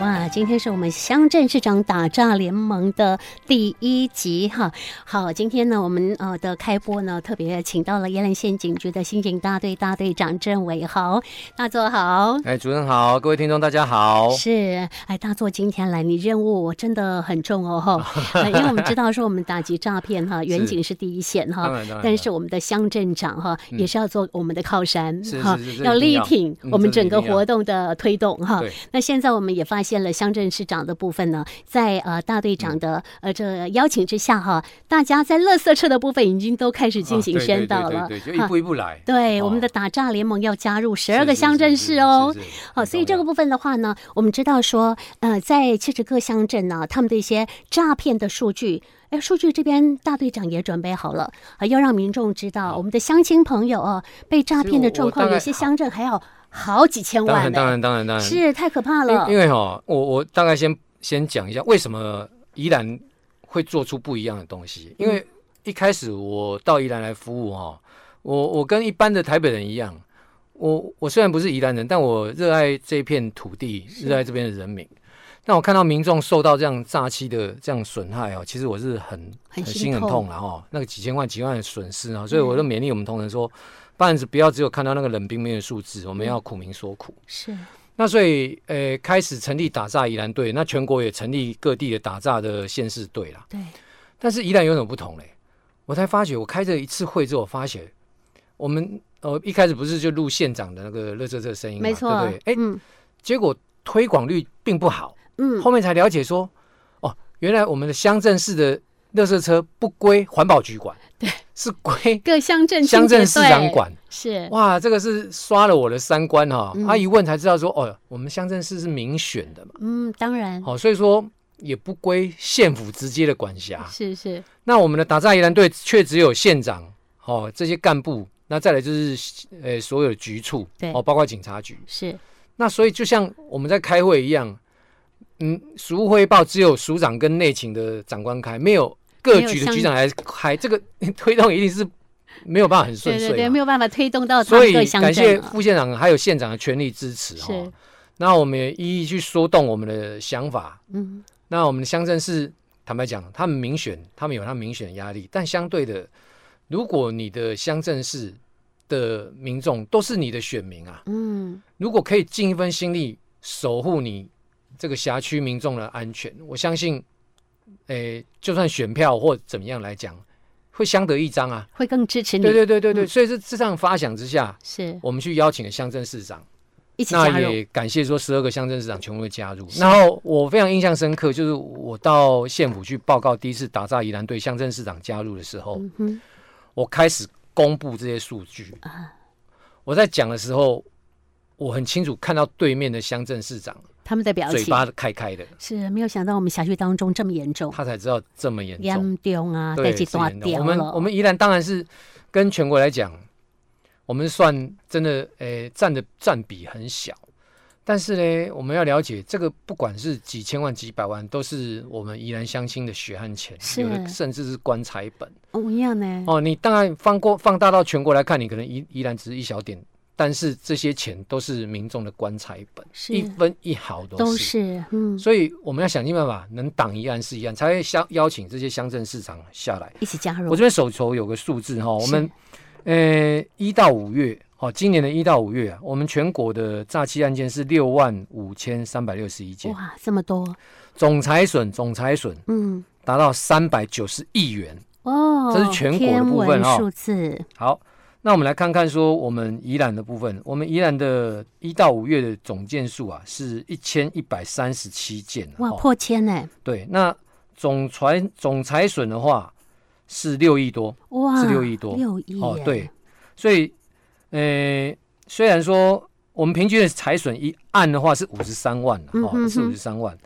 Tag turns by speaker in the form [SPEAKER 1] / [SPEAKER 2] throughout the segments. [SPEAKER 1] 哇，今天是我们乡镇市长打诈联盟的第一集哈。好，今天呢，我们呃的开播呢，特别请到了宜兰县警局的刑警大队大队长郑伟豪，大作好。
[SPEAKER 2] 哎，主任好，各位听众大家好。
[SPEAKER 1] 是，哎，大作今天来，你任务真的很重哦哈、呃因为我们知道说我们打击诈骗哈，远景 是第一线哈
[SPEAKER 2] 当然当，然
[SPEAKER 1] 但是我们的乡镇长哈、也是要做我们的靠山
[SPEAKER 2] 嗯是
[SPEAKER 1] 哈
[SPEAKER 2] 是是，这
[SPEAKER 1] 要
[SPEAKER 2] 一定
[SPEAKER 1] 力
[SPEAKER 2] 要
[SPEAKER 1] 挺
[SPEAKER 2] 嗯
[SPEAKER 1] 我们
[SPEAKER 2] 这
[SPEAKER 1] 整
[SPEAKER 2] 一
[SPEAKER 1] 个
[SPEAKER 2] 定要
[SPEAKER 1] 活动的推动哈。
[SPEAKER 2] 对
[SPEAKER 1] 那现在我们也发现了乡镇市长的部分呢，在呃大队长的、
[SPEAKER 2] 嗯
[SPEAKER 1] 呃这邀请之下哈，大家在垃圾车的部分已经都开始进行
[SPEAKER 2] 啊对
[SPEAKER 1] 宣导了。
[SPEAKER 2] 对对对对，就一
[SPEAKER 1] 哈
[SPEAKER 2] 步一步来。
[SPEAKER 1] 对，
[SPEAKER 2] 哦
[SPEAKER 1] 我们的打诈联盟要加入十
[SPEAKER 2] 是
[SPEAKER 1] 二个
[SPEAKER 2] 是
[SPEAKER 1] 乡
[SPEAKER 2] 是
[SPEAKER 1] 镇
[SPEAKER 2] 是
[SPEAKER 1] 市哦。
[SPEAKER 2] 是是是
[SPEAKER 1] 好，
[SPEAKER 2] 很
[SPEAKER 1] 所以
[SPEAKER 2] 重
[SPEAKER 1] 这个
[SPEAKER 2] 要
[SPEAKER 1] 部分的话呢，我们知道说，呃，在其实各乡镇呢、他们的一些诈骗的数据，哎，数据这边大队长也准备好了，啊，要让民众知道，
[SPEAKER 2] 好
[SPEAKER 1] 我们的乡亲朋友啊，被诈骗的
[SPEAKER 2] 其实嗯
[SPEAKER 1] 状
[SPEAKER 2] 我我
[SPEAKER 1] 况，
[SPEAKER 2] 大概
[SPEAKER 1] 有些乡镇还有好几千
[SPEAKER 2] 当
[SPEAKER 1] 万
[SPEAKER 2] 然当
[SPEAKER 1] 呢、
[SPEAKER 2] 然当然当然，
[SPEAKER 1] 是太可怕
[SPEAKER 2] 因为
[SPEAKER 1] 了
[SPEAKER 2] 因。为哈，我我大概先先讲一下为什么宜兰会做出不一样的东西。因为一开始我到宜兰来服务哈，我我跟一般的台北人一样，我我虽然不是宜兰人，但我热爱这片土地，热爱这边的人民。那我看到民众受到这样诈欺的这样损害哦，其实我是很
[SPEAKER 1] 很心
[SPEAKER 2] 心很
[SPEAKER 1] 痛嗯
[SPEAKER 2] 痛了哈，那个几千万几万的损失啊，所以我就勉励我们同仁说，办子不要只有看到那个冷冰冰的数字，我们要苦民所苦。
[SPEAKER 1] 是，
[SPEAKER 2] 那所以，呃，开始成立打诈宜兰队，那全国也成立各地的打诈的县市队啦。
[SPEAKER 1] 对，
[SPEAKER 2] 但是宜兰有什么不同嘞？我才发觉，我开这一次会之后，我发觉我们呃一开始不是就录县长的那个乐色这声音嘛，
[SPEAKER 1] 没错
[SPEAKER 2] 对不。对？哎、
[SPEAKER 1] 嗯
[SPEAKER 2] 结果推广率并不好，
[SPEAKER 1] 嗯，
[SPEAKER 2] 后面才了解说，哦，原来我们的乡镇市的乐色车不归环保局管，对，是归
[SPEAKER 1] 各乡镇
[SPEAKER 2] 乡镇市
[SPEAKER 1] 清洁
[SPEAKER 2] 长
[SPEAKER 1] 队
[SPEAKER 2] 管。
[SPEAKER 1] 是，
[SPEAKER 2] 哇，这个是刷了我的三观哈、
[SPEAKER 1] 嗯
[SPEAKER 2] 啊，一问才知道说，哦，我们乡镇市是民选的嘛，
[SPEAKER 1] 嗯，当然
[SPEAKER 2] 好、所以说也不归县府直接的管辖。
[SPEAKER 1] 是是，
[SPEAKER 2] 那我们的打诈宜兰队却只有县长，哦，这些干部，那再来就是呃所有的局处，
[SPEAKER 1] 对
[SPEAKER 2] 哦，包括警察局。
[SPEAKER 1] 是
[SPEAKER 2] 那所以就像我们在开会一样，嗯，署务汇报只有署长跟内勤的长官开，没有各
[SPEAKER 1] 没有
[SPEAKER 2] 局的
[SPEAKER 1] 乡
[SPEAKER 2] 局长来开，这个 推动一定是没有办法很顺
[SPEAKER 1] 对
[SPEAKER 2] 遂
[SPEAKER 1] 对
[SPEAKER 2] 嘛。
[SPEAKER 1] 对，没有办法推动到他
[SPEAKER 2] 所
[SPEAKER 1] 们
[SPEAKER 2] 以
[SPEAKER 1] 各乡
[SPEAKER 2] 感谢
[SPEAKER 1] 镇啊。
[SPEAKER 2] 副县长还有县长的全力支持哈、
[SPEAKER 1] 是
[SPEAKER 2] 哦。那我们也一一去说动我们的想法。
[SPEAKER 1] 嗯，
[SPEAKER 2] 那我们的乡镇市，坦白讲，他们民选，他们有他们民选的压力，但相对的，如果你的乡镇市的民众都是你的选民啊，
[SPEAKER 1] 嗯，
[SPEAKER 2] 如果可以尽一份心力守护你这个辖区民众的安全，我相信，诶、就算选票或怎么样来讲，会相得益彰啊。
[SPEAKER 1] 会更支持你。
[SPEAKER 2] 对对对对对，
[SPEAKER 1] 嗯
[SPEAKER 2] 所以是这样发想之下，
[SPEAKER 1] 是
[SPEAKER 2] 我们去邀请了乡镇市长。
[SPEAKER 1] 一起加
[SPEAKER 2] 那
[SPEAKER 1] 入，
[SPEAKER 2] 也感谢说十二个乡镇市长全部会加入。然后我非常印象深刻，就是我到县府去报告第一次打诈宜兰队乡镇市长加入的时候，
[SPEAKER 1] 嗯哼，
[SPEAKER 2] 我开始公布这些数据。
[SPEAKER 1] 啊
[SPEAKER 2] 我在讲的时候，我很清楚看到对面的乡镇市长
[SPEAKER 1] 他们的表
[SPEAKER 2] 嘴
[SPEAKER 1] 情
[SPEAKER 2] 巴开开的，
[SPEAKER 1] 是没有想到我们辖区当中这么严重，
[SPEAKER 2] 他才知道这么严重。
[SPEAKER 1] 严重啊，
[SPEAKER 2] 对，
[SPEAKER 1] 起
[SPEAKER 2] 是
[SPEAKER 1] 大
[SPEAKER 2] 严重
[SPEAKER 1] 掉
[SPEAKER 2] 我们
[SPEAKER 1] 了。
[SPEAKER 2] 我们宜兰当然是跟全国来讲，我们算真的诶占的占比很小，但是呢，我们要了解这个，不管是几千万、几百万，都是我们宜兰乡亲的血汗钱，
[SPEAKER 1] 是
[SPEAKER 2] 有的甚至是棺材本
[SPEAKER 1] 哦一样呢，
[SPEAKER 2] 哦。你当然放过放大到全国来看，你可能宜宜兰只是一小点，但是这些钱都是民众的棺材本，
[SPEAKER 1] 是
[SPEAKER 2] 一分一毫都是。
[SPEAKER 1] 都是嗯，
[SPEAKER 2] 所以我们要想尽办法，能挡一案是一案，才会邀邀请这些乡镇市长下来。
[SPEAKER 1] 一起加入
[SPEAKER 2] 我这边手头有个数字哈，我
[SPEAKER 1] 哎是
[SPEAKER 2] 们呃一到五月，哦，今年的一到五月啊，我们全国的诈欺案件是六万五千三百六十一件，
[SPEAKER 1] 哇，这么多，
[SPEAKER 2] 总财损总财损
[SPEAKER 1] 嗯，
[SPEAKER 2] 达到三百九十亿元。
[SPEAKER 1] 哦，
[SPEAKER 2] 这是全国的
[SPEAKER 1] 天
[SPEAKER 2] 部分
[SPEAKER 1] 文
[SPEAKER 2] 哦
[SPEAKER 1] 数字，
[SPEAKER 2] 好，那我们来看看说我们宜兰的部分，我们宜兰的一到五月的总件数啊是一千一百三十七件啊，
[SPEAKER 1] 哇，
[SPEAKER 2] 哦
[SPEAKER 1] 破千呢，
[SPEAKER 2] 对，那总财总财损的话是六亿多，
[SPEAKER 1] 哇，
[SPEAKER 2] 是六亿多
[SPEAKER 1] 六亿
[SPEAKER 2] 哦，
[SPEAKER 1] 耶
[SPEAKER 2] 对，，所以呃，虽然说我们平均的财损一案的话是五十三万啊
[SPEAKER 1] 嗯
[SPEAKER 2] 哦，
[SPEAKER 1] 哼
[SPEAKER 2] 是五
[SPEAKER 1] 哼
[SPEAKER 2] 十三万。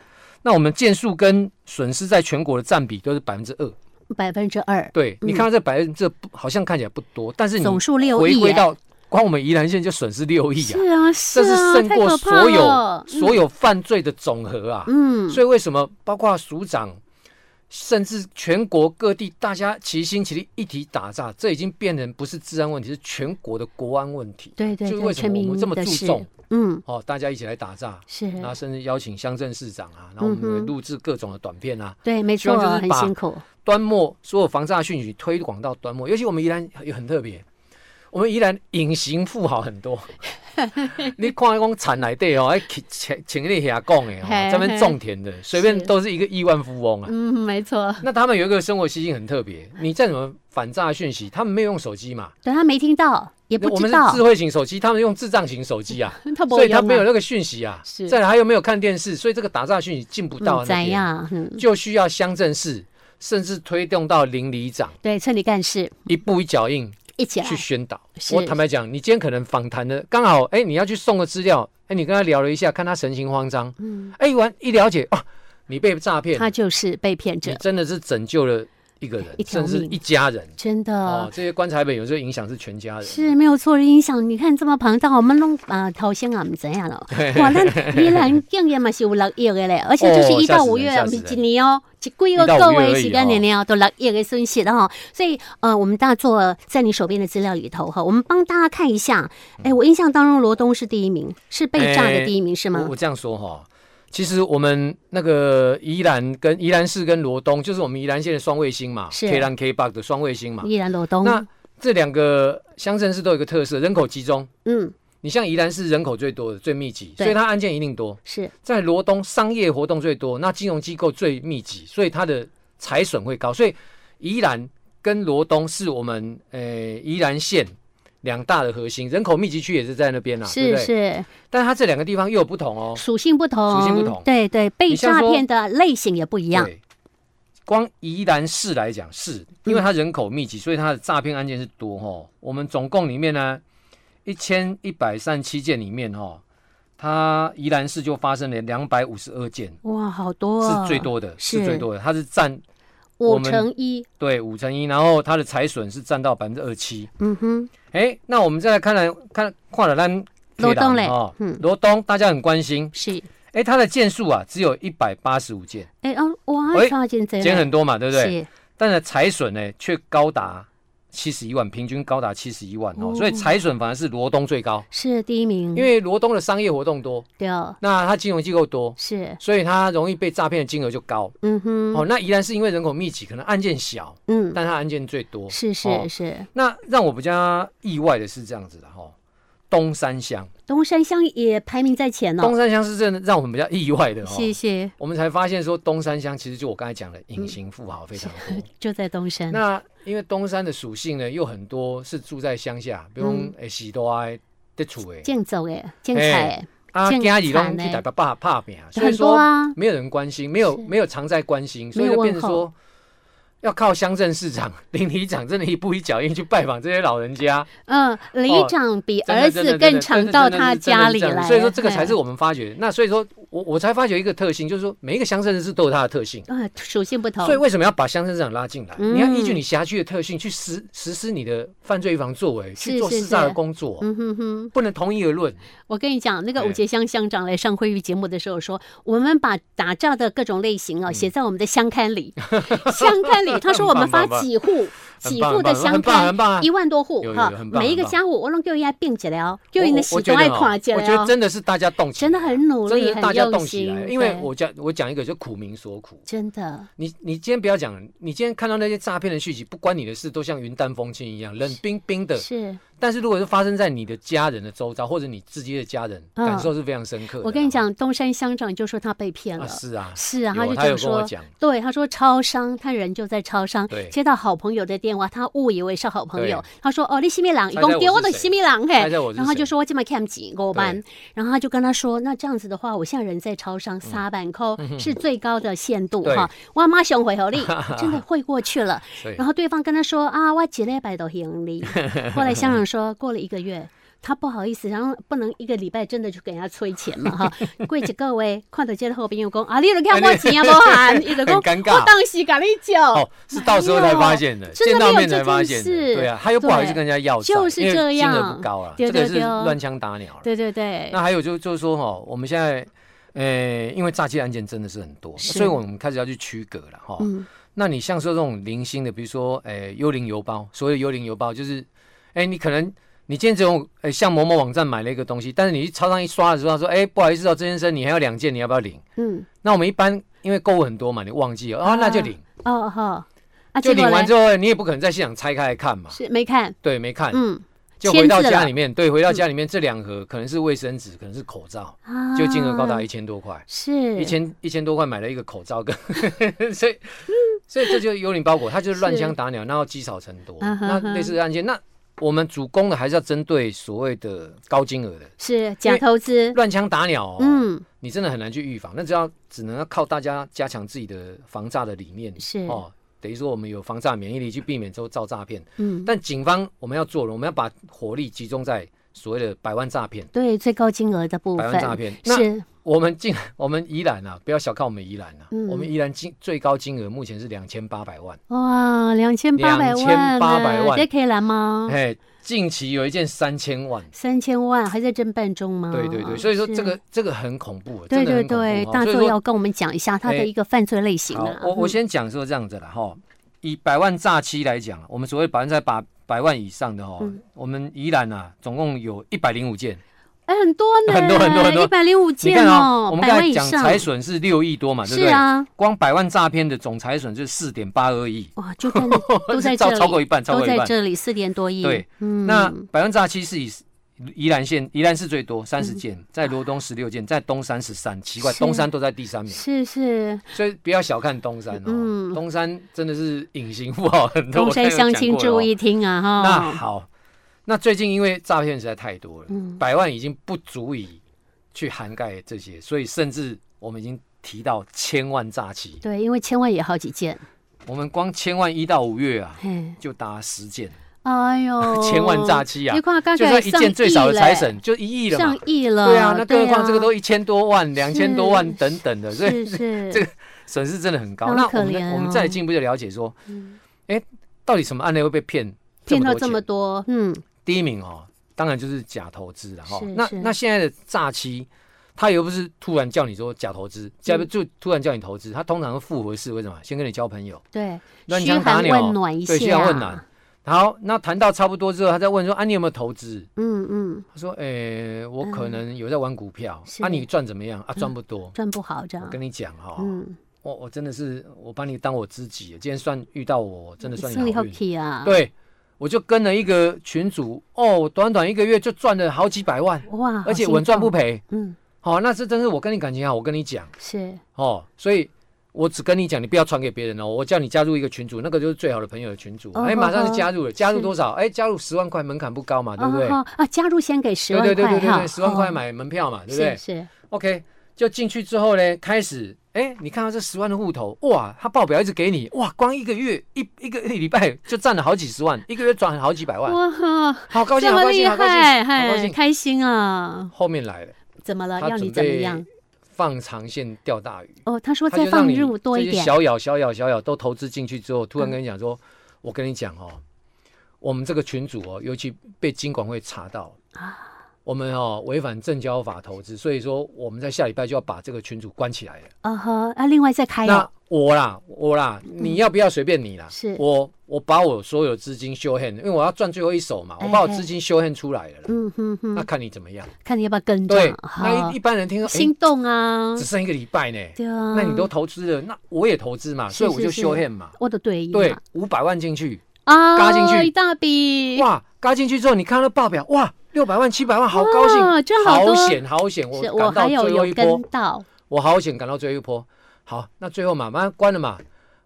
[SPEAKER 2] 那我们件数跟损失在全国的占比都是百分之二，
[SPEAKER 1] 百分之二，
[SPEAKER 2] 对、你
[SPEAKER 1] 嗯
[SPEAKER 2] 看到这百分之好像看起来不多，但是你
[SPEAKER 1] 总数六
[SPEAKER 2] 回
[SPEAKER 1] 亿啊
[SPEAKER 2] 归
[SPEAKER 1] 耶，
[SPEAKER 2] 到光我们宜兰县就损失六亿啊，
[SPEAKER 1] 是啊，是
[SPEAKER 2] 这是
[SPEAKER 1] 啊，
[SPEAKER 2] 胜
[SPEAKER 1] 太
[SPEAKER 2] 过
[SPEAKER 1] 可怕嗯
[SPEAKER 2] 所有、
[SPEAKER 1] 了，
[SPEAKER 2] 所有犯罪的总和啊。
[SPEAKER 1] 嗯，
[SPEAKER 2] 所以为什么包括署长甚至全国各地大家齐心齐力一起打仗，这已经变成不是治安问题，是全国的国安问题。
[SPEAKER 1] 对对
[SPEAKER 2] 就是
[SPEAKER 1] 对，
[SPEAKER 2] 为什
[SPEAKER 1] 全
[SPEAKER 2] 么我
[SPEAKER 1] 民
[SPEAKER 2] 们这么
[SPEAKER 1] 的
[SPEAKER 2] 注
[SPEAKER 1] 事
[SPEAKER 2] 重，
[SPEAKER 1] 嗯，
[SPEAKER 2] 哦，大家一起来打仗，
[SPEAKER 1] 是，
[SPEAKER 2] 然后甚至邀请乡镇市长啊，然后我
[SPEAKER 1] 嗯
[SPEAKER 2] 们
[SPEAKER 1] 哼
[SPEAKER 2] 录制各种的短片啊，
[SPEAKER 1] 对，没
[SPEAKER 2] 希
[SPEAKER 1] 错
[SPEAKER 2] 望就，是
[SPEAKER 1] 很
[SPEAKER 2] 把啊
[SPEAKER 1] 辛苦，
[SPEAKER 2] 端末所有防诈讯息推广到端末，尤其我们宜兰也很特别，我们宜兰隐形富豪很 多。你看讲产来对哦，哎，请请那遐讲的
[SPEAKER 1] 嘿
[SPEAKER 2] 哦，这边种田的，随便都是一个亿万富翁啊。
[SPEAKER 1] 嗯，没错，
[SPEAKER 2] 那他们有一个生活习性很特别，你再怎么反诈讯息，他们没有用手机嘛？
[SPEAKER 1] 对他没听到，也
[SPEAKER 2] 那
[SPEAKER 1] 不
[SPEAKER 2] 我
[SPEAKER 1] 知
[SPEAKER 2] 们
[SPEAKER 1] 道
[SPEAKER 2] 是智，慧型手机，他们用智障型手机啊，
[SPEAKER 1] 他 不
[SPEAKER 2] 所
[SPEAKER 1] 会
[SPEAKER 2] 以他
[SPEAKER 1] 用
[SPEAKER 2] 没有
[SPEAKER 1] 啊
[SPEAKER 2] 那个讯息啊
[SPEAKER 1] 是。
[SPEAKER 2] 再来，他又没有看电视，所以这个打诈讯息进不到
[SPEAKER 1] 嗯
[SPEAKER 2] 那
[SPEAKER 1] 怎
[SPEAKER 2] 边，
[SPEAKER 1] 样，嗯，
[SPEAKER 2] 就需要乡镇市甚至推动到邻里长。
[SPEAKER 1] 对，村里干事
[SPEAKER 2] 一步一脚印
[SPEAKER 1] 一起来
[SPEAKER 2] 去，宣导。
[SPEAKER 1] 是
[SPEAKER 2] 我坦白讲，你今天可能访谈的刚好，哎、你要去送个资料，哎、你跟他聊了一下，看他神情慌张，
[SPEAKER 1] 嗯，
[SPEAKER 2] 哎、完一了解啊，你被诈骗，
[SPEAKER 1] 他就是被骗
[SPEAKER 2] 你
[SPEAKER 1] 者，
[SPEAKER 2] 真的是拯救了一个人
[SPEAKER 1] 一，条
[SPEAKER 2] 甚
[SPEAKER 1] 命
[SPEAKER 2] 至一家人。
[SPEAKER 1] 真
[SPEAKER 2] 哦
[SPEAKER 1] 的，。
[SPEAKER 2] 这些棺材本有时候影响是全家人。
[SPEAKER 1] 嗯是没有错，影响你看这么庞大，我们弄啊头先啊，我们怎样了？哇，那宜兰应该嘛是有六亿 的嘞，而且就是
[SPEAKER 2] 哦
[SPEAKER 1] 一
[SPEAKER 2] 吓
[SPEAKER 1] 到
[SPEAKER 2] 死
[SPEAKER 1] 五
[SPEAKER 2] 人
[SPEAKER 1] 月，
[SPEAKER 2] 吓
[SPEAKER 1] 不
[SPEAKER 2] 死
[SPEAKER 1] 是一
[SPEAKER 2] 人
[SPEAKER 1] 年哦，一几个
[SPEAKER 2] 一到
[SPEAKER 1] 各
[SPEAKER 2] 五月
[SPEAKER 1] 位
[SPEAKER 2] 而
[SPEAKER 1] 时
[SPEAKER 2] 间
[SPEAKER 1] 间
[SPEAKER 2] 哦
[SPEAKER 1] 年年哦，都六亿的损失了哈。所以呃，我们大家做在你手边的资料里头哈，我们帮大家看一下。哎，我印象当中罗东是第一名，是被炸的
[SPEAKER 2] 哎
[SPEAKER 1] 第一名是
[SPEAKER 2] 我
[SPEAKER 1] 吗
[SPEAKER 2] 我？这样说哈，其实我们那个宜兰跟宜兰市跟罗东，就是我们宜兰县的双卫星嘛
[SPEAKER 1] 是
[SPEAKER 2] ，K 兰 K b u 的双卫星嘛。
[SPEAKER 1] 依然罗东，
[SPEAKER 2] 那这两个乡镇市都有一个特色，人口集中。
[SPEAKER 1] 嗯，
[SPEAKER 2] 你像宜兰是人口最多的、最密集，
[SPEAKER 1] 对
[SPEAKER 2] 所以它案件一定多。
[SPEAKER 1] 是
[SPEAKER 2] 在罗东商业活动最多，那金融机构最密集，所以它的财损会高。所以宜兰跟罗东是我们呃宜兰县两大的核心，人口密集区也是在那边啦、啊对
[SPEAKER 1] 是
[SPEAKER 2] 不对？
[SPEAKER 1] 是，
[SPEAKER 2] 但它这两个地方又有不同哦。
[SPEAKER 1] 属性不同，
[SPEAKER 2] 属性不同
[SPEAKER 1] 对对，被
[SPEAKER 2] 你像
[SPEAKER 1] 诈
[SPEAKER 2] 说
[SPEAKER 1] 骗的类型也不一样，
[SPEAKER 2] 对，光宜兰市来讲是，因为它人口密集，所以它的诈骗案件是多哦。我们总共里面呢，一千一百三十七件里面哦，它宜兰市就发生了两百五十二件，
[SPEAKER 1] 哇，好多哦
[SPEAKER 2] 是最多的，
[SPEAKER 1] 是
[SPEAKER 2] 是最多的，它是占
[SPEAKER 1] 五
[SPEAKER 2] 我们
[SPEAKER 1] 乘一，
[SPEAKER 2] 对五成一，然后它的财损是占到百分之二七。
[SPEAKER 1] 嗯哼，
[SPEAKER 2] 哎，那我们再来看来看跨了咱
[SPEAKER 1] 罗东嘞
[SPEAKER 2] 哦，
[SPEAKER 1] 嗯，
[SPEAKER 2] 罗东大家很关心，
[SPEAKER 1] 是。
[SPEAKER 2] 哎，它的件数啊只有一百八十五件，
[SPEAKER 1] 哎、哦，哇，
[SPEAKER 2] 喂
[SPEAKER 1] 抓进贼
[SPEAKER 2] 减很多嘛，对
[SPEAKER 1] 对
[SPEAKER 2] 不对？？但是财损呢却高达七十一万，平均高达七十一万哦，
[SPEAKER 1] 哦嗯
[SPEAKER 2] 所以财损反而是罗东最高，
[SPEAKER 1] 是是第一名，
[SPEAKER 2] 因为罗东的商业活动多，
[SPEAKER 1] 对哦，
[SPEAKER 2] 那它金融机构多，
[SPEAKER 1] 是，
[SPEAKER 2] 所以它容易被诈骗的金额就高。
[SPEAKER 1] 嗯哼，
[SPEAKER 2] 哦，那宜然是因为人口密集，可能案件小，
[SPEAKER 1] 嗯，
[SPEAKER 2] 但它案件最多。
[SPEAKER 1] 是是
[SPEAKER 2] 哦
[SPEAKER 1] 是，
[SPEAKER 2] 那让我比较意外的是这样子的哈、哦，东山乡，
[SPEAKER 1] 东山乡也排名在前
[SPEAKER 2] 东
[SPEAKER 1] 哦，
[SPEAKER 2] 山乡是真的让我们比较意外的哦。
[SPEAKER 1] 谢谢，
[SPEAKER 2] 我们才发现说，东山乡其实就我刚才讲的隐形富豪非常多。
[SPEAKER 1] 就在东山，
[SPEAKER 2] 那因为东山的属性呢，又很多是住在乡下，比如
[SPEAKER 1] 嗯
[SPEAKER 2] 讲诶喜多爱的厝诶，
[SPEAKER 1] 建走哎，建彩
[SPEAKER 2] 啊
[SPEAKER 1] 建
[SPEAKER 2] 家里
[SPEAKER 1] 产
[SPEAKER 2] 拢
[SPEAKER 1] 呢
[SPEAKER 2] 去台北怕怕拼，所以
[SPEAKER 1] 很多
[SPEAKER 2] 说
[SPEAKER 1] 啊，
[SPEAKER 2] 没有人关心，没有
[SPEAKER 1] 是
[SPEAKER 2] 没有常在关心，所以
[SPEAKER 1] 没有
[SPEAKER 2] 就
[SPEAKER 1] 问
[SPEAKER 2] 变成说。要靠乡镇市长、 邻里长，真的一步一脚印去拜访这些老人家，
[SPEAKER 1] 嗯，里长比
[SPEAKER 2] 真的
[SPEAKER 1] 儿
[SPEAKER 2] 真
[SPEAKER 1] 子
[SPEAKER 2] 的
[SPEAKER 1] 更
[SPEAKER 2] 真的真
[SPEAKER 1] 常
[SPEAKER 2] 的
[SPEAKER 1] 到
[SPEAKER 2] 真的
[SPEAKER 1] 他
[SPEAKER 2] 是真的
[SPEAKER 1] 家
[SPEAKER 2] 是
[SPEAKER 1] 里
[SPEAKER 2] 样
[SPEAKER 1] 来，嗯
[SPEAKER 2] 所以说这个才是
[SPEAKER 1] 我
[SPEAKER 2] 我们发掘。那所以说我我才发觉一个特性，就是说每一个乡镇市都有它的特性。
[SPEAKER 1] 啊属性不同
[SPEAKER 2] 所以，为什么要把乡镇市长拉进来？
[SPEAKER 1] 嗯
[SPEAKER 2] 你要依据你辖区的特性去实实施你的犯罪预防作为，
[SPEAKER 1] 是
[SPEAKER 2] 去做
[SPEAKER 1] 是
[SPEAKER 2] 施诈的
[SPEAKER 1] 是
[SPEAKER 2] 工作，
[SPEAKER 1] 嗯哼哼。
[SPEAKER 2] 不能同一而论。
[SPEAKER 1] 我跟你讲，那个
[SPEAKER 2] 哎
[SPEAKER 1] 五节乡乡长来上会议节目的时候说，我们把打仗的各种类型
[SPEAKER 2] 嗯
[SPEAKER 1] 啊写在我们的乡刊里， 乡刊里他说我们发几户几户的乡
[SPEAKER 2] 很棒
[SPEAKER 1] 刊
[SPEAKER 2] 很，棒啊！
[SPEAKER 1] 一万多户
[SPEAKER 2] 有有有很棒
[SPEAKER 1] 每一个
[SPEAKER 2] 很棒
[SPEAKER 1] 家伙我拢叫伊并起来哦，叫伊的
[SPEAKER 2] 我
[SPEAKER 1] 喜
[SPEAKER 2] 我
[SPEAKER 1] 都
[SPEAKER 2] 觉得
[SPEAKER 1] 爱
[SPEAKER 2] 哦
[SPEAKER 1] 看起
[SPEAKER 2] 我
[SPEAKER 1] 来
[SPEAKER 2] 觉得
[SPEAKER 1] 哦，
[SPEAKER 2] 真的是大家动起来，
[SPEAKER 1] 真的很努
[SPEAKER 2] 真的
[SPEAKER 1] 力，
[SPEAKER 2] 是大
[SPEAKER 1] 很
[SPEAKER 2] 家
[SPEAKER 1] 用
[SPEAKER 2] 动起来。
[SPEAKER 1] 心，
[SPEAKER 2] 因为
[SPEAKER 1] 对
[SPEAKER 2] 我讲我讲一个，就苦民所苦。
[SPEAKER 1] 真的
[SPEAKER 2] 你你今天不要讲，你今天看到那些诈骗的讯息，不关你的事，都像云淡风轻一样，冷冰冰的。
[SPEAKER 1] 是。
[SPEAKER 2] 但是如果是发生在你的家人的周遭，或者你自己的家人，
[SPEAKER 1] 嗯
[SPEAKER 2] 感受是非常深刻的啊。
[SPEAKER 1] 我跟你讲，东山乡长就说他被骗
[SPEAKER 2] 啊，
[SPEAKER 1] 了。
[SPEAKER 2] 是啊，
[SPEAKER 1] 是啊，他就
[SPEAKER 2] 有他有
[SPEAKER 1] 讲
[SPEAKER 2] 跟我
[SPEAKER 1] 说
[SPEAKER 2] 讲，
[SPEAKER 1] 对，他说超商，他人就在超商，
[SPEAKER 2] 对
[SPEAKER 1] 接到好朋友的电话，他误以为是好朋友
[SPEAKER 2] 对，
[SPEAKER 1] 他说哦，你西米朗，一
[SPEAKER 2] 猜猜
[SPEAKER 1] 共
[SPEAKER 2] 我
[SPEAKER 1] 丢我
[SPEAKER 2] 是
[SPEAKER 1] 的
[SPEAKER 2] 谁
[SPEAKER 1] 西米朗嘿
[SPEAKER 2] 猜，猜我是
[SPEAKER 1] 然后就
[SPEAKER 2] 谁
[SPEAKER 1] 说我今晚看几五班，然后他就跟他说，那这样子的话，我现在人在超商撒板扣是最高的限度
[SPEAKER 2] 嗯对
[SPEAKER 1] 哈，我妈熊回合力真的会过去了，
[SPEAKER 2] 对
[SPEAKER 1] 然后对方跟他说啊，我几礼拜都行 李，后来乡长说过了一个月。他不好意思，然后不能一个礼拜真的去给人家催钱嘛 哈。过一个月，看到这个后边又讲啊，你都欠我钱啊，无还，伊就讲
[SPEAKER 2] 很尴尬
[SPEAKER 1] 我当时跟你讲，
[SPEAKER 2] 哦，是到时候才发现的，
[SPEAKER 1] 真的
[SPEAKER 2] 见到
[SPEAKER 1] 没有
[SPEAKER 2] 面才
[SPEAKER 1] 这
[SPEAKER 2] 发
[SPEAKER 1] 件
[SPEAKER 2] 现的，
[SPEAKER 1] 事
[SPEAKER 2] 对啊，他又不好意思跟人家要账，
[SPEAKER 1] 就是
[SPEAKER 2] 因为
[SPEAKER 1] 这样
[SPEAKER 2] 金额不高了，啊
[SPEAKER 1] 对
[SPEAKER 2] 这个
[SPEAKER 1] 对
[SPEAKER 2] 是
[SPEAKER 1] 对哦
[SPEAKER 2] 乱枪打鸟了。
[SPEAKER 1] 对对对，
[SPEAKER 2] 那还有就就是说哦，我们现在诶、因为诈欺案件真的是很多，
[SPEAKER 1] 是
[SPEAKER 2] 所以我们开始要去区隔了哈。
[SPEAKER 1] 嗯
[SPEAKER 2] 那你像说这种零星的，比如说诶、幽灵邮包，所谓的幽灵邮包就是，诶、你可能你今天只有诶、像某某网站买了一个东西，但是你去超商一刷的时候，他说诶、不好意思哦，郑先生，你还有两件，你要不要领？
[SPEAKER 1] 嗯，
[SPEAKER 2] 那我们一般因为购物很多嘛，你忘记了啊，那就领，
[SPEAKER 1] 哦哈，啊，
[SPEAKER 2] 就
[SPEAKER 1] 结果
[SPEAKER 2] 领完
[SPEAKER 1] 嘞
[SPEAKER 2] 之后，你也不可能在现场拆开来看嘛，
[SPEAKER 1] 是没看，
[SPEAKER 2] 对，没看，
[SPEAKER 1] 嗯
[SPEAKER 2] 就回到
[SPEAKER 1] 签字了
[SPEAKER 2] 家里面，对，回到家里面这两盒可能是卫生纸，可能是口罩，
[SPEAKER 1] 啊，
[SPEAKER 2] 就金额高达一千多块。
[SPEAKER 1] 是
[SPEAKER 2] 一千一千多块买了一个口罩跟， 所以所以这就是幽灵包裹，它就是乱枪打鸟，然后积少成多。
[SPEAKER 1] 嗯哼
[SPEAKER 2] 那
[SPEAKER 1] 哼
[SPEAKER 2] 类似的案件，那我们主攻的还是要针对所谓的高金额的
[SPEAKER 1] 是假投资，
[SPEAKER 2] 乱枪打鸟、哦，
[SPEAKER 1] 嗯，
[SPEAKER 2] 你真的很难去预防。那只要只能要靠大家加强自己的防诈的理念，
[SPEAKER 1] 是
[SPEAKER 2] 哦，等于说我们有防诈免疫力去避免之后造诈骗。
[SPEAKER 1] 嗯，
[SPEAKER 2] 但警方我们要做了，我们要把火力集中在所谓的百万诈骗、
[SPEAKER 1] 对最高金额的部
[SPEAKER 2] 百
[SPEAKER 1] 分
[SPEAKER 2] 万诈骗。那
[SPEAKER 1] 是
[SPEAKER 2] 我们进我们宜兰啊，不要小看我们宜兰啊，
[SPEAKER 1] 嗯
[SPEAKER 2] 我们宜兰金最高金额目前是两千八百万。
[SPEAKER 1] 哇，两千八百万，
[SPEAKER 2] 2800万
[SPEAKER 1] 这可以拦吗？
[SPEAKER 2] 哎、近期有一件三千万，
[SPEAKER 1] 三千万还在侦办中吗？
[SPEAKER 2] 对对对，所以说
[SPEAKER 1] 哦是
[SPEAKER 2] 这个这个很恐怖，
[SPEAKER 1] 对
[SPEAKER 2] 真
[SPEAKER 1] 对
[SPEAKER 2] 的很恐怖
[SPEAKER 1] 对，
[SPEAKER 2] 哦
[SPEAKER 1] 大
[SPEAKER 2] 所以
[SPEAKER 1] 作
[SPEAKER 2] 说
[SPEAKER 1] 要跟我们讲一下它的
[SPEAKER 2] 哎
[SPEAKER 1] 一个犯罪类型啊
[SPEAKER 2] 好。我我
[SPEAKER 1] 嗯
[SPEAKER 2] 先讲说这样子了哈，以百万诈欺来讲，我们所谓百万在百百万以上的哈，
[SPEAKER 1] 嗯
[SPEAKER 2] 我们宜兰啊，总共有一百零五件。
[SPEAKER 1] 哎，很多呢，
[SPEAKER 2] 很多很多很多
[SPEAKER 1] 一百零五
[SPEAKER 2] 你
[SPEAKER 1] 件
[SPEAKER 2] 看啊
[SPEAKER 1] 哦
[SPEAKER 2] 我，们
[SPEAKER 1] 百
[SPEAKER 2] 刚
[SPEAKER 1] 万
[SPEAKER 2] 才
[SPEAKER 1] 以
[SPEAKER 2] 讲
[SPEAKER 1] 上，
[SPEAKER 2] 财损是六亿多嘛，对不
[SPEAKER 1] 是
[SPEAKER 2] 对？
[SPEAKER 1] 啊，
[SPEAKER 2] 光百万诈骗的总财损就是四点八二亿，
[SPEAKER 1] 哇，就 跟都在这
[SPEAKER 2] 超
[SPEAKER 1] 里，
[SPEAKER 2] 超过一半，超
[SPEAKER 1] 都
[SPEAKER 2] 过一
[SPEAKER 1] 在
[SPEAKER 2] 半。
[SPEAKER 1] 这里四点多亿，
[SPEAKER 2] 对，
[SPEAKER 1] 嗯，
[SPEAKER 2] 那百万诈欺是以宜兰县宜兰市最多三十件，在罗东十六件，在东山十三，奇怪，
[SPEAKER 1] 嗯啊是
[SPEAKER 2] 东山都在第三名，
[SPEAKER 1] 是是
[SPEAKER 2] 所以不要小看东山哦，
[SPEAKER 1] 嗯
[SPEAKER 2] 东山真的是隐形富豪很多，
[SPEAKER 1] 东山相亲注意
[SPEAKER 2] 意。
[SPEAKER 1] 听啊
[SPEAKER 2] 哦那
[SPEAKER 1] 哈，
[SPEAKER 2] 好，那最近因为诈骗实在太多了，
[SPEAKER 1] 嗯
[SPEAKER 2] 百万已经不足以去涵盖这些，所以甚至我们已经提到千万诈欺，
[SPEAKER 1] 对，因为千万也好几件，
[SPEAKER 2] 我们光千万一到五月啊，
[SPEAKER 1] 嘿，
[SPEAKER 2] 就达十件，
[SPEAKER 1] 哎呦，
[SPEAKER 2] 千万诈欺啊
[SPEAKER 1] 你，看刚
[SPEAKER 2] 就
[SPEAKER 1] 才
[SPEAKER 2] 算一
[SPEAKER 1] 哦上
[SPEAKER 2] 件最少的
[SPEAKER 1] 亿嘞
[SPEAKER 2] 财神就一亿了嘛
[SPEAKER 1] 上。亿了，
[SPEAKER 2] 对啊，那更何况
[SPEAKER 1] 啊
[SPEAKER 2] 这个都一千多万、两千多万
[SPEAKER 1] 是
[SPEAKER 2] 等等的，所以
[SPEAKER 1] 是 是
[SPEAKER 2] 这个损失真的很高。
[SPEAKER 1] 很
[SPEAKER 2] 那
[SPEAKER 1] 可
[SPEAKER 2] 我们
[SPEAKER 1] 怜
[SPEAKER 2] 呢
[SPEAKER 1] 哦
[SPEAKER 2] 我们再进一步就了解说
[SPEAKER 1] 嗯，
[SPEAKER 2] 哎，到底什么案例会被骗
[SPEAKER 1] 骗到
[SPEAKER 2] 多
[SPEAKER 1] 这么
[SPEAKER 2] 钱？
[SPEAKER 1] 多，嗯，
[SPEAKER 2] 第一名哦，当然就是假投资了哈
[SPEAKER 1] 是。
[SPEAKER 2] 那
[SPEAKER 1] 是
[SPEAKER 2] 那现在的诈欺，他又不是突然叫你说假投
[SPEAKER 1] 嗯
[SPEAKER 2] 资，假不就突然叫你投资，他通常会复合式，为什么？先跟你交朋友，
[SPEAKER 1] 对，
[SPEAKER 2] 乱
[SPEAKER 1] 嘘
[SPEAKER 2] 枪打
[SPEAKER 1] 寒
[SPEAKER 2] 鸟
[SPEAKER 1] 问暖一下，
[SPEAKER 2] 对，嘘寒问暖。好，那谈到差不多之后，他再问说啊，你有没有投资？
[SPEAKER 1] 嗯嗯，
[SPEAKER 2] 他说，诶，我可
[SPEAKER 1] 嗯
[SPEAKER 2] 能有在玩股票，
[SPEAKER 1] 是
[SPEAKER 2] 啊，你赚怎么样？啊，赚不多。
[SPEAKER 1] 赚不好这
[SPEAKER 2] 我
[SPEAKER 1] 样，
[SPEAKER 2] 跟你哦讲哈、
[SPEAKER 1] 嗯，
[SPEAKER 2] 我我真的是我把你当我知己，今天算遇到我，真的算
[SPEAKER 1] 送
[SPEAKER 2] 你
[SPEAKER 1] 你
[SPEAKER 2] 好
[SPEAKER 1] 好
[SPEAKER 2] 运。
[SPEAKER 1] 气啊，，
[SPEAKER 2] 对，我就跟了一个群主，哦，短短一个月就赚了好几百万，
[SPEAKER 1] 哇，
[SPEAKER 2] 而且
[SPEAKER 1] 啊好
[SPEAKER 2] 稳赚不
[SPEAKER 1] 心
[SPEAKER 2] 赔。
[SPEAKER 1] 痛，嗯，
[SPEAKER 2] 哦，那是真是我跟你感情好，我跟你讲
[SPEAKER 1] 是，
[SPEAKER 2] 哦，所以我只跟你讲，你不要传给别人哦。我叫你加入一个群组，那个就是最好的朋友的群组。
[SPEAKER 1] 哦
[SPEAKER 2] 哎，马上
[SPEAKER 1] 哦
[SPEAKER 2] 就加入了，加入
[SPEAKER 1] 是
[SPEAKER 2] 多少？哎，加入十万块，门槛不高嘛，对不对？
[SPEAKER 1] 哦啊，加入先给十
[SPEAKER 2] 对
[SPEAKER 1] 万
[SPEAKER 2] 对
[SPEAKER 1] 块
[SPEAKER 2] 对对对
[SPEAKER 1] 哈，
[SPEAKER 2] 对，十万块
[SPEAKER 1] 哦，
[SPEAKER 2] 买门票嘛，对不
[SPEAKER 1] 是
[SPEAKER 2] 对？
[SPEAKER 1] 是，
[SPEAKER 2] OK，就进去之后呢，开始，哎，你看到这十万的户头，哇，他报表一直给你，哇，光一个月一一个礼拜就赚了好几十万，一 个月赚了好几百万，
[SPEAKER 1] 哇，
[SPEAKER 2] 好啊高兴，
[SPEAKER 1] 这
[SPEAKER 2] 好
[SPEAKER 1] 么
[SPEAKER 2] 高
[SPEAKER 1] 厉
[SPEAKER 2] 兴，好高
[SPEAKER 1] 害，
[SPEAKER 2] 兴，好高
[SPEAKER 1] 嗨，
[SPEAKER 2] 兴。
[SPEAKER 1] 开心啊！
[SPEAKER 2] 后面来了，
[SPEAKER 1] 怎么了？
[SPEAKER 2] 他
[SPEAKER 1] 要你
[SPEAKER 2] 准
[SPEAKER 1] 怎么
[SPEAKER 2] 备
[SPEAKER 1] 样？
[SPEAKER 2] 放长线钓大鱼，
[SPEAKER 1] 哦，他说
[SPEAKER 2] 他就
[SPEAKER 1] 再放
[SPEAKER 2] 让你
[SPEAKER 1] 入多一
[SPEAKER 2] 这些
[SPEAKER 1] 点，嗯
[SPEAKER 2] 小咬小咬小咬都投资进去之后，突然跟你讲说，我跟你讲哦，我们这个群主哦，尤其被金管会查到
[SPEAKER 1] 啊
[SPEAKER 2] 我们哦违反证交法投资，所以说我们在下礼拜就要把这个群主关起来了。
[SPEAKER 1] 啊哈，啊，另外再开
[SPEAKER 2] 那
[SPEAKER 1] 哦，
[SPEAKER 2] 我啦，我啦，你要不要随便你啦？
[SPEAKER 1] 嗯是
[SPEAKER 2] 我我把我所有资金修 hand，因为我要赚最后一手嘛，
[SPEAKER 1] 哎
[SPEAKER 2] 我把我资金修 hand 出来了啦。
[SPEAKER 1] 嗯哼
[SPEAKER 2] 那
[SPEAKER 1] 哼，
[SPEAKER 2] 看你怎么样。
[SPEAKER 1] 看你要不要跟
[SPEAKER 2] 对
[SPEAKER 1] 着，，
[SPEAKER 2] 那
[SPEAKER 1] 好
[SPEAKER 2] 一一，般人听说，
[SPEAKER 1] 心
[SPEAKER 2] 哎，
[SPEAKER 1] 动啊
[SPEAKER 2] 只，剩一个礼拜呢，
[SPEAKER 1] 对啊，
[SPEAKER 2] 那你都投资了，那我也投资嘛，
[SPEAKER 1] 是
[SPEAKER 2] 所以我
[SPEAKER 1] 是
[SPEAKER 2] 就是修 hand 嘛。
[SPEAKER 1] 我的对应
[SPEAKER 2] 对
[SPEAKER 1] 嘛，
[SPEAKER 2] 五百万进去，
[SPEAKER 1] 啊，
[SPEAKER 2] 嘎进去
[SPEAKER 1] 一大笔，
[SPEAKER 2] 哇，嘎进去之后，你看到报表，哇，六百万、七百万，好高
[SPEAKER 1] 哇
[SPEAKER 2] 兴，
[SPEAKER 1] 这样好
[SPEAKER 2] 好
[SPEAKER 1] 多
[SPEAKER 2] 险，好险，
[SPEAKER 1] 是
[SPEAKER 2] 赶到
[SPEAKER 1] 还有
[SPEAKER 2] 最后一
[SPEAKER 1] 有
[SPEAKER 2] 波
[SPEAKER 1] 跟，到，
[SPEAKER 2] 我好险赶到最后一波。好，那最后嘛，慢慢关了嘛。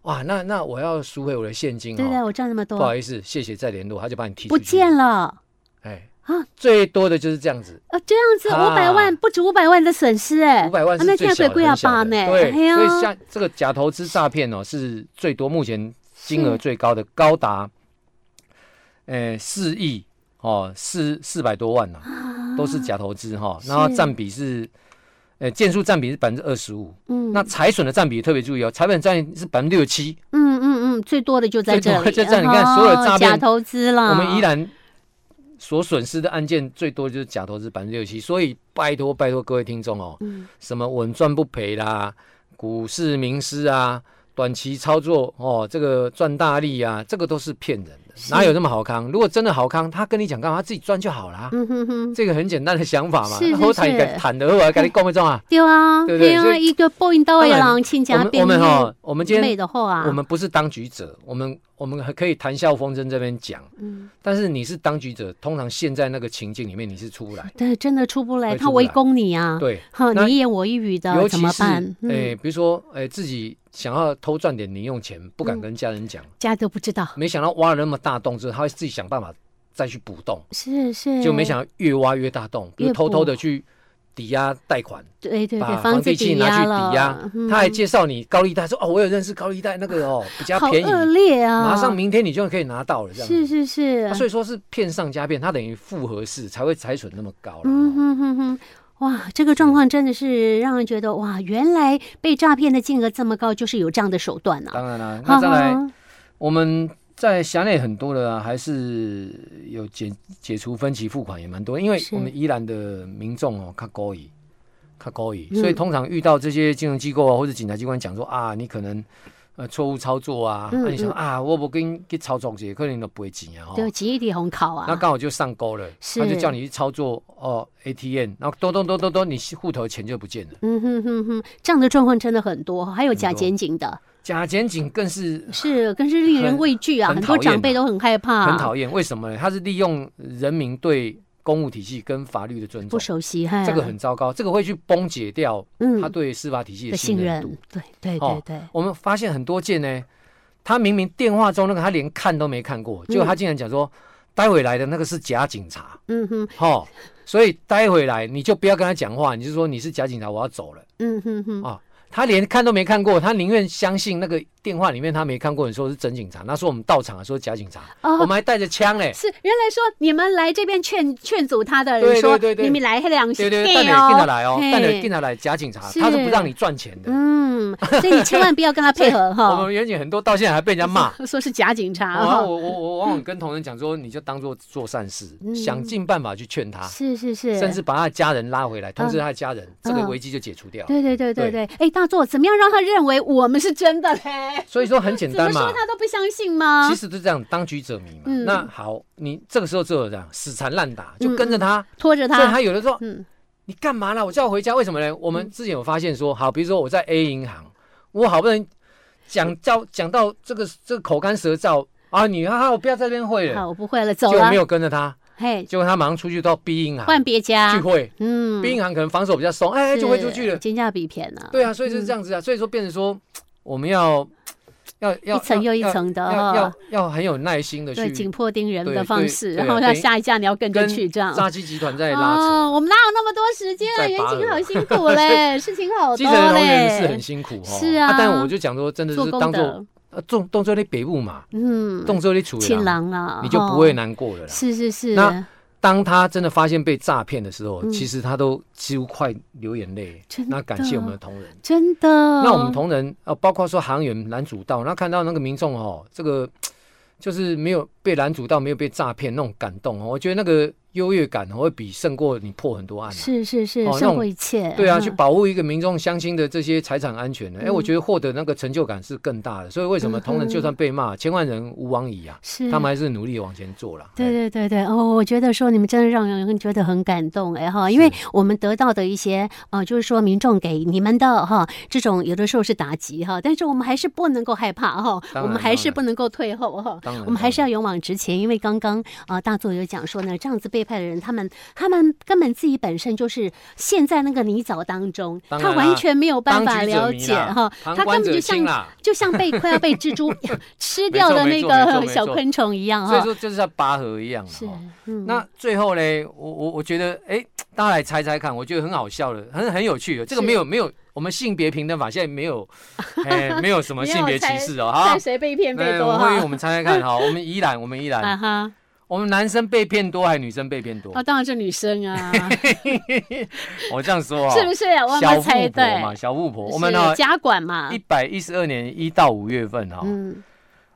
[SPEAKER 2] 哇，那那我要赎回我的现金
[SPEAKER 1] 对对，
[SPEAKER 2] 哦。
[SPEAKER 1] 我赚那么
[SPEAKER 2] 不好
[SPEAKER 1] 多，
[SPEAKER 2] 意思，谢谢再联络，他就把你踢
[SPEAKER 1] 不
[SPEAKER 2] 出去
[SPEAKER 1] 见。了
[SPEAKER 2] 哎，
[SPEAKER 1] 啊
[SPEAKER 2] 最多的就是这样子，
[SPEAKER 1] 啊，这样子五百
[SPEAKER 2] 啊
[SPEAKER 1] 万不止五百万的损失哎，
[SPEAKER 2] 五百万
[SPEAKER 1] 啊那
[SPEAKER 2] 是
[SPEAKER 1] 这样
[SPEAKER 2] 最小的，
[SPEAKER 1] 贵贵啊
[SPEAKER 2] 很小
[SPEAKER 1] 爸
[SPEAKER 2] 的
[SPEAKER 1] 呢，
[SPEAKER 2] 对，
[SPEAKER 1] 哎呀
[SPEAKER 2] 所以像这个假投资诈骗哦，是最多，目前金额最高的，高达，呃，四亿哦，四四百多万呐、
[SPEAKER 1] 啊
[SPEAKER 2] 都是假投资哈、
[SPEAKER 1] 是
[SPEAKER 2] 然后占比是，呃，件数占比是百分之二十五，
[SPEAKER 1] 嗯
[SPEAKER 2] 那财损的占比特别注意哦，财损占比是百分之六七，
[SPEAKER 1] 嗯嗯嗯，最多的就在
[SPEAKER 2] 最
[SPEAKER 1] 这
[SPEAKER 2] 多
[SPEAKER 1] 里，
[SPEAKER 2] 就在这里你看所有的
[SPEAKER 1] 哦
[SPEAKER 2] 诈
[SPEAKER 1] 假
[SPEAKER 2] 骗
[SPEAKER 1] 投资啦，
[SPEAKER 2] 我们依然所损失的案件最多就是假投资百分之六七，所以拜托拜托各位听众哦，
[SPEAKER 1] 嗯
[SPEAKER 2] 什么稳赚不赔啦，股市名师啊，短期操作哦，这个赚大利啊，这个都是骗人的，
[SPEAKER 1] 是
[SPEAKER 2] 哪有那么好康？如果真的好康，他跟你讲干嘛？他自己赚就好啦，
[SPEAKER 1] 嗯哼哼，
[SPEAKER 2] 这个很简单的想法嘛。
[SPEAKER 1] 是是
[SPEAKER 2] 后台
[SPEAKER 1] 是
[SPEAKER 2] 敢坦的，后来跟你讲一种啊，
[SPEAKER 1] 对啊，
[SPEAKER 2] 对不对
[SPEAKER 1] 嘿啊
[SPEAKER 2] 所以
[SPEAKER 1] 一个 point 到位
[SPEAKER 2] 当然
[SPEAKER 1] 人，亲
[SPEAKER 2] 我
[SPEAKER 1] 家
[SPEAKER 2] 们
[SPEAKER 1] 变
[SPEAKER 2] 我们哦，我们今
[SPEAKER 1] 美
[SPEAKER 2] 天
[SPEAKER 1] 的话啊，
[SPEAKER 2] 我们不是当局者，我们我们还可以谈笑风生这边讲，
[SPEAKER 1] 嗯，
[SPEAKER 2] 但是你是当局者，通常现在那个情境里面你是出不来，
[SPEAKER 1] 对，真的出不来，
[SPEAKER 2] 会
[SPEAKER 1] 他
[SPEAKER 2] 出不
[SPEAKER 1] 围
[SPEAKER 2] 来
[SPEAKER 1] 攻你啊，
[SPEAKER 2] 对。
[SPEAKER 1] 哼，
[SPEAKER 2] 那
[SPEAKER 1] 你一言我一语的
[SPEAKER 2] 尤
[SPEAKER 1] 啊怎
[SPEAKER 2] 其
[SPEAKER 1] 么
[SPEAKER 2] 是
[SPEAKER 1] 办
[SPEAKER 2] 哎、？
[SPEAKER 1] 嗯，
[SPEAKER 2] 比如说哎、自己想要偷赚点零用钱，不敢跟家人讲，
[SPEAKER 1] 家都不知道，
[SPEAKER 2] 没想到挖了那么大洞之后，他会自己想办法再去补洞，
[SPEAKER 1] 是是，
[SPEAKER 2] 就没想到越挖越大洞，比
[SPEAKER 1] 越
[SPEAKER 2] 如
[SPEAKER 1] 补
[SPEAKER 2] 偷偷的去抵押贷款，
[SPEAKER 1] 对对
[SPEAKER 2] 把
[SPEAKER 1] 对，
[SPEAKER 2] 房
[SPEAKER 1] 子
[SPEAKER 2] 地契拿去
[SPEAKER 1] 了
[SPEAKER 2] 抵押，
[SPEAKER 1] 嗯
[SPEAKER 2] 他还介绍你高利贷，说哦，我有认识高利贷那个哦，比较
[SPEAKER 1] 好
[SPEAKER 2] 便宜，
[SPEAKER 1] 恶劣啊，
[SPEAKER 2] 马上明天你就可以拿到了，这样子
[SPEAKER 1] 是是是
[SPEAKER 2] 啊，所以说是骗上加骗，它等于复合式才会财损那么高了。
[SPEAKER 1] 嗯哼哼哼。哇，这个状况真的是让人觉得哇，原来被诈骗的金额这么高，就是有这样的手段啊！
[SPEAKER 2] 当然啦、那再
[SPEAKER 1] 哈
[SPEAKER 2] 来，
[SPEAKER 1] 哈
[SPEAKER 2] 我们在辖内很多的、啊、还是有解解除分期付款也蛮多，因为
[SPEAKER 1] 是
[SPEAKER 2] 我们宜兰的民众哦，看高以，看高以，
[SPEAKER 1] 嗯
[SPEAKER 2] 所以通常遇到这些金融机构啊或者警察机关讲说啊，你可能呃错误操作啊，
[SPEAKER 1] 嗯
[SPEAKER 2] 那、你想
[SPEAKER 1] 嗯
[SPEAKER 2] 啊，我不跟去操作这些，可能都不会钱啊、哦，
[SPEAKER 1] 对，极地红考啊，
[SPEAKER 2] 那刚好就上钩了，
[SPEAKER 1] 是
[SPEAKER 2] 他就叫你去操作哦 ATM，然后咚咚咚咚咚，你户头钱就不见了。
[SPEAKER 1] 嗯哼哼哼，这样的状况真的很多，还有假
[SPEAKER 2] 很多啊
[SPEAKER 1] 检警的，
[SPEAKER 2] 假检警更是
[SPEAKER 1] 是更是令人
[SPEAKER 2] 很
[SPEAKER 1] 畏惧啊，
[SPEAKER 2] 很
[SPEAKER 1] 很多
[SPEAKER 2] 讨厌
[SPEAKER 1] 长辈
[SPEAKER 2] 啊
[SPEAKER 1] 都很害怕，
[SPEAKER 2] 很讨厌，为什么呢？他是利用人民对公务体系跟法律的尊
[SPEAKER 1] 不
[SPEAKER 2] 重，
[SPEAKER 1] 熟悉，嘿，
[SPEAKER 2] 这个很糟糕，这个会去崩解掉
[SPEAKER 1] 嗯
[SPEAKER 2] 他对司法体系
[SPEAKER 1] 的
[SPEAKER 2] 的信
[SPEAKER 1] 信
[SPEAKER 2] 任度
[SPEAKER 1] 任。，对对对
[SPEAKER 2] 哦
[SPEAKER 1] 对，
[SPEAKER 2] 我们发现很多件呢，他明明电话中那个他连看都没看过，结果他竟然讲说，待会来的那个是假警察，
[SPEAKER 1] 嗯哼
[SPEAKER 2] 哦，所以待会来你就不要跟他讲话，你就说你是假警察，我要走了。
[SPEAKER 1] 嗯哼哼，
[SPEAKER 2] 啊，他连看都没看过，他宁愿相信那个电话里面他没看过，你说是真警察，那说我们到场的时候假警察，
[SPEAKER 1] 哦
[SPEAKER 2] 我们还带着枪嘞，
[SPEAKER 1] 是原来说你们来这边劝劝阻他的人
[SPEAKER 2] 对
[SPEAKER 1] 说，
[SPEAKER 2] 对对对
[SPEAKER 1] 你们来黑良
[SPEAKER 2] 对
[SPEAKER 1] 心，
[SPEAKER 2] 对，
[SPEAKER 1] 嘿
[SPEAKER 2] 带着警察来哦，
[SPEAKER 1] 嘿
[SPEAKER 2] 带着警察来假警察，
[SPEAKER 1] 是
[SPEAKER 2] 他是不让你赚钱的。
[SPEAKER 1] 嗯，所以你千万不要跟他配 合
[SPEAKER 2] 我
[SPEAKER 1] 哈，
[SPEAKER 2] 们远景很多到现在还被人家骂。
[SPEAKER 1] 说是假警察
[SPEAKER 2] 然后
[SPEAKER 1] 哈，
[SPEAKER 2] 我我我往往跟同仁讲说，你就当做做善事，
[SPEAKER 1] 嗯
[SPEAKER 2] 想尽办法去劝他，
[SPEAKER 1] 是是是，
[SPEAKER 2] 甚至把他的家人拉回来，通知他的家人，这个
[SPEAKER 1] 嗯
[SPEAKER 2] 危机就解除掉了。
[SPEAKER 1] 对对对对对，哎，大作怎么样让他认为我们是真的嘞？
[SPEAKER 2] 所以说很简
[SPEAKER 1] 怎么
[SPEAKER 2] 单嘛
[SPEAKER 1] 说，他都不相信吗
[SPEAKER 2] 其？实就这样，当局者迷嘛。
[SPEAKER 1] 嗯
[SPEAKER 2] 那好，你这个时候只有这样死缠烂打，就跟着他。
[SPEAKER 1] 拖嗯着
[SPEAKER 2] 所以
[SPEAKER 1] 他，
[SPEAKER 2] 他有的时候，
[SPEAKER 1] 嗯
[SPEAKER 2] 你干嘛啦？我叫我回家，为什么呢？我们之前有发现说，好，比如说我在 A 银行，我好不容易讲到讲到这个这个口干舌燥啊，你啊，我不要在这边会
[SPEAKER 1] 好，
[SPEAKER 2] 了，
[SPEAKER 1] 我不会了，
[SPEAKER 2] 结
[SPEAKER 1] 走
[SPEAKER 2] 果
[SPEAKER 1] 了
[SPEAKER 2] 没，有跟着他，
[SPEAKER 1] 嘿，
[SPEAKER 2] 结果他马上出去到 B 银
[SPEAKER 1] 换
[SPEAKER 2] 行
[SPEAKER 1] 别
[SPEAKER 2] 去
[SPEAKER 1] 家，
[SPEAKER 2] 会
[SPEAKER 1] 嗯，
[SPEAKER 2] ，B 银行可能防守比较松，哎，就会出去了
[SPEAKER 1] 是。嗯金价比偏了，
[SPEAKER 2] 对啊，所以就是这样子啊，所以说变成说，我们要要要
[SPEAKER 1] 一层又一
[SPEAKER 2] 要
[SPEAKER 1] 层的
[SPEAKER 2] 要
[SPEAKER 1] 哦
[SPEAKER 2] 要要要很有耐心的
[SPEAKER 1] 对，
[SPEAKER 2] 去
[SPEAKER 1] 紧迫盯人
[SPEAKER 2] 对
[SPEAKER 1] 的方
[SPEAKER 2] 对
[SPEAKER 1] 式，
[SPEAKER 2] 对
[SPEAKER 1] 然后
[SPEAKER 2] 等
[SPEAKER 1] 要
[SPEAKER 2] 于
[SPEAKER 1] 下一架你要跟着
[SPEAKER 2] 跟
[SPEAKER 1] 去这样。
[SPEAKER 2] 诈欺集团在拉扯。
[SPEAKER 1] 哦，我们哪有那么多时间啊？
[SPEAKER 2] 在
[SPEAKER 1] 远
[SPEAKER 2] 拔
[SPEAKER 1] 景
[SPEAKER 2] 河
[SPEAKER 1] 好辛 苦嘞，事情好
[SPEAKER 2] 基
[SPEAKER 1] 多
[SPEAKER 2] 层的同仁是
[SPEAKER 1] 哦嘞
[SPEAKER 2] 很，辛苦哦，
[SPEAKER 1] 是啊
[SPEAKER 2] 但我就讲说，真的
[SPEAKER 1] 做
[SPEAKER 2] 是
[SPEAKER 1] 功
[SPEAKER 2] 当做
[SPEAKER 1] 德，
[SPEAKER 2] 呃动动作你北部嘛，
[SPEAKER 1] 嗯，
[SPEAKER 2] 动作你处
[SPEAKER 1] 亲哦
[SPEAKER 2] 了，
[SPEAKER 1] 郎啦，
[SPEAKER 2] 你就
[SPEAKER 1] 吼
[SPEAKER 2] 不会。难过了啦。
[SPEAKER 1] 是是是，
[SPEAKER 2] 那当他真的发现被诈骗的时候，
[SPEAKER 1] 嗯
[SPEAKER 2] 其实他都几乎快流眼泪
[SPEAKER 1] 真。的嗯
[SPEAKER 2] 那感谢我们的同仁，
[SPEAKER 1] 真的。那
[SPEAKER 2] 那我们同仁啊，呃包括说航员拦阻道，那看到那个民众哦，这个就是没有被拦阻到，没有被诈骗那种感动哦，我觉得那个优越感哦会比胜过你破很多案啊。
[SPEAKER 1] 是是是
[SPEAKER 2] 哦，那
[SPEAKER 1] 胜
[SPEAKER 2] 种
[SPEAKER 1] 过一切。
[SPEAKER 2] 对啊，
[SPEAKER 1] 嗯
[SPEAKER 2] 去保护一个民众乡亲的这些财产安全呢，哎、
[SPEAKER 1] 嗯
[SPEAKER 2] 我觉得获得那个成就感是更大的。所以为什么同仁就算被骂，千万人无往矣啊，
[SPEAKER 1] 是
[SPEAKER 2] 他们还是努力地往前做了。
[SPEAKER 1] 嗯对
[SPEAKER 2] 哎，
[SPEAKER 1] 对对对，哦，我觉得说你们真的让人觉得很感动哎哈，因为
[SPEAKER 2] 是
[SPEAKER 1] 我们得到的一些呃，就是说民众给你们的哈，这种有的时候是打击哈，但是我们还是不能够害怕哈，
[SPEAKER 2] 当然
[SPEAKER 1] 我们还是不能够退后哈
[SPEAKER 2] 当然，
[SPEAKER 1] 我们还是要勇往直前，因为刚刚呃大作有讲说呢，这样子背叛的人，他们他们根本自己本身就是陷在那个泥沼当中，
[SPEAKER 2] 当
[SPEAKER 1] 他
[SPEAKER 2] 然
[SPEAKER 1] 完
[SPEAKER 2] 啦
[SPEAKER 1] 全没有办
[SPEAKER 2] 当
[SPEAKER 1] 法
[SPEAKER 2] 局者
[SPEAKER 1] 了
[SPEAKER 2] 迷
[SPEAKER 1] 解
[SPEAKER 2] 啦
[SPEAKER 1] 哈，他
[SPEAKER 2] 旁
[SPEAKER 1] 根
[SPEAKER 2] 观
[SPEAKER 1] 本
[SPEAKER 2] 者
[SPEAKER 1] 就
[SPEAKER 2] 清
[SPEAKER 1] 像
[SPEAKER 2] 啦。
[SPEAKER 1] 就像被快要被蜘蛛吃
[SPEAKER 2] 没
[SPEAKER 1] 掉
[SPEAKER 2] 错
[SPEAKER 1] 的那
[SPEAKER 2] 没错没错
[SPEAKER 1] 个
[SPEAKER 2] 没错
[SPEAKER 1] 小昆虫一样
[SPEAKER 2] 所
[SPEAKER 1] 哈
[SPEAKER 2] 以。说就是像拔河一样嘛。
[SPEAKER 1] 嗯是
[SPEAKER 2] 哦，
[SPEAKER 1] 嗯，
[SPEAKER 2] 那最后呢，我我我觉得，哎、大家来猜猜看，我觉得很好笑的，很很有趣的。这个
[SPEAKER 1] 是
[SPEAKER 2] 没有没有，我们性别平等法现在 没有，哎、没有什么
[SPEAKER 1] 没
[SPEAKER 2] 性
[SPEAKER 1] 有
[SPEAKER 2] 别
[SPEAKER 1] 猜
[SPEAKER 2] 歧视哦。好
[SPEAKER 1] 看，谁被骗
[SPEAKER 2] 那
[SPEAKER 1] 最
[SPEAKER 2] 我
[SPEAKER 1] 多
[SPEAKER 2] 们哎我哎
[SPEAKER 1] 哈。
[SPEAKER 2] 们猜猜看，好， 我们依然我们依
[SPEAKER 1] 啊
[SPEAKER 2] 然，
[SPEAKER 1] 哈，
[SPEAKER 2] 我们男生被骗多还是女生被骗多？
[SPEAKER 1] 哦，当然是女生 啊，
[SPEAKER 2] 我这样说啊，
[SPEAKER 1] 是不是？我有没
[SPEAKER 2] 小
[SPEAKER 1] 有
[SPEAKER 2] 富
[SPEAKER 1] 猜
[SPEAKER 2] 婆
[SPEAKER 1] 对？
[SPEAKER 2] 嘛，小富婆，我
[SPEAKER 1] 是
[SPEAKER 2] 们呢
[SPEAKER 1] 家管嘛
[SPEAKER 2] 哦一，百一十二年一到五月份哈、
[SPEAKER 1] 嗯，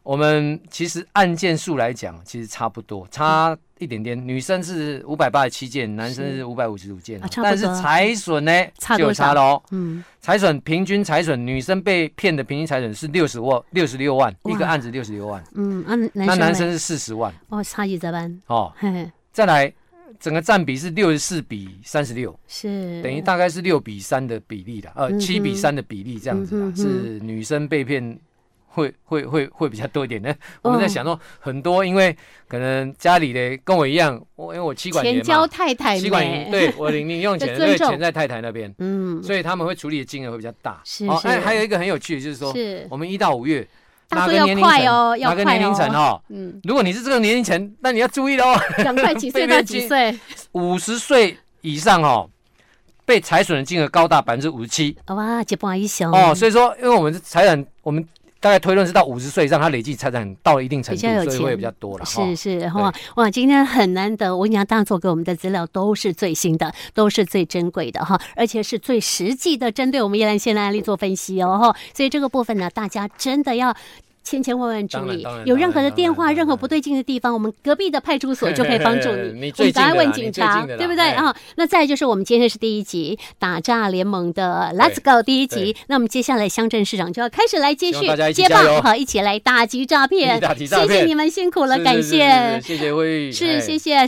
[SPEAKER 2] 我们其实按件数来讲，其实差不多，差一点点。女生是五百八十七件，男生是五百五十五件、
[SPEAKER 1] 啊差不多
[SPEAKER 2] 但是财损呢
[SPEAKER 1] 差
[SPEAKER 2] 就
[SPEAKER 1] 多
[SPEAKER 2] 有
[SPEAKER 1] 少
[SPEAKER 2] 差喽。
[SPEAKER 1] 嗯，
[SPEAKER 2] 财损平均财损，女生被骗的平均财损是六十万，六十六万
[SPEAKER 1] 哇
[SPEAKER 2] 一个案子六十六万，
[SPEAKER 1] 嗯，啊，男
[SPEAKER 2] 那
[SPEAKER 1] 生
[SPEAKER 2] 男
[SPEAKER 1] 嘞
[SPEAKER 2] 生是四十万
[SPEAKER 1] 哦，差几十万，
[SPEAKER 2] 哦。
[SPEAKER 1] 嘿，
[SPEAKER 2] 再来，整个占比是六十四比三十六，
[SPEAKER 1] 是
[SPEAKER 2] 等于大概是六比三的比例啦，呃
[SPEAKER 1] 嗯，哼
[SPEAKER 2] 七比三的比例这样子
[SPEAKER 1] 嗯
[SPEAKER 2] 啦
[SPEAKER 1] 哼，哼
[SPEAKER 2] 是女生被骗。会会会会比较多 一点呢。
[SPEAKER 1] 哦
[SPEAKER 2] 我们在想说很多，因为可能家里的跟我一样，我因为我妻管
[SPEAKER 1] 钱
[SPEAKER 2] 严
[SPEAKER 1] 交
[SPEAKER 2] 嘛，
[SPEAKER 1] 太太
[SPEAKER 2] 妻管
[SPEAKER 1] 没
[SPEAKER 2] 严，对我领零 用
[SPEAKER 1] 的
[SPEAKER 2] 钱，
[SPEAKER 1] 尊
[SPEAKER 2] 对
[SPEAKER 1] 重
[SPEAKER 2] 钱在太太那边，
[SPEAKER 1] 嗯，
[SPEAKER 2] 所以他们会处理的金额会比较大。
[SPEAKER 1] 是是
[SPEAKER 2] 哎还有一个很有趣的就是说，
[SPEAKER 1] 是，
[SPEAKER 2] 我们一到五月，
[SPEAKER 1] 大
[SPEAKER 2] 哪
[SPEAKER 1] 叔
[SPEAKER 2] 个
[SPEAKER 1] 要
[SPEAKER 2] 年龄
[SPEAKER 1] 快哦，
[SPEAKER 2] 层，
[SPEAKER 1] 要快
[SPEAKER 2] 哪个
[SPEAKER 1] 哦，
[SPEAKER 2] 年龄层哦？
[SPEAKER 1] 嗯，
[SPEAKER 2] 如果你是这个年龄层，那你要注意喽。
[SPEAKER 1] 赶快几岁到几 岁？
[SPEAKER 2] 五十岁以上哦，被财损的金额高达百分之五十七
[SPEAKER 1] 哇，一半以上
[SPEAKER 2] 哦，所以说，因为我们财产，我们大概推论是到五十岁以上，他累计财产到了一定程
[SPEAKER 1] 比
[SPEAKER 2] 度，
[SPEAKER 1] 较有
[SPEAKER 2] 所以会
[SPEAKER 1] 钱
[SPEAKER 2] 比较多了哈。
[SPEAKER 1] 是是哇哇，今天很难得，我跟你讲，大作给我们的资料都是最新的，都是最珍贵的哈，而且是最实际的，针对我们叶兰县的案例做分析哦哈，所以这个部分呢，大家真的要。千千万万注
[SPEAKER 2] 当然
[SPEAKER 1] 意
[SPEAKER 2] 当，然
[SPEAKER 1] 有任何的
[SPEAKER 2] 当然
[SPEAKER 1] 电话、
[SPEAKER 2] 当然
[SPEAKER 1] 任何不对劲的地方，我们隔壁的派出所就可以帮 助你。
[SPEAKER 2] 你
[SPEAKER 1] 我们
[SPEAKER 2] 最近的
[SPEAKER 1] 赶
[SPEAKER 2] 啦
[SPEAKER 1] 快问警
[SPEAKER 2] 你最
[SPEAKER 1] 察，
[SPEAKER 2] 近的啦
[SPEAKER 1] 对不对
[SPEAKER 2] 哎
[SPEAKER 1] 啊？那再就是我们今天是第一集打诈联盟的 Let's Go 第一集
[SPEAKER 2] 对，
[SPEAKER 1] 那我们接下来乡镇市长就要开始来接
[SPEAKER 2] 希望
[SPEAKER 1] 续
[SPEAKER 2] 大家一起
[SPEAKER 1] 接
[SPEAKER 2] 加油
[SPEAKER 1] 棒，好，一起来打击诈骗。
[SPEAKER 2] 一起打击诈
[SPEAKER 1] 谢谢
[SPEAKER 2] 骗
[SPEAKER 1] 你们辛苦了，
[SPEAKER 2] 是
[SPEAKER 1] 感
[SPEAKER 2] 是是
[SPEAKER 1] 谢
[SPEAKER 2] 是，谢谢会议，
[SPEAKER 1] 是
[SPEAKER 2] 哎
[SPEAKER 1] 谢谢。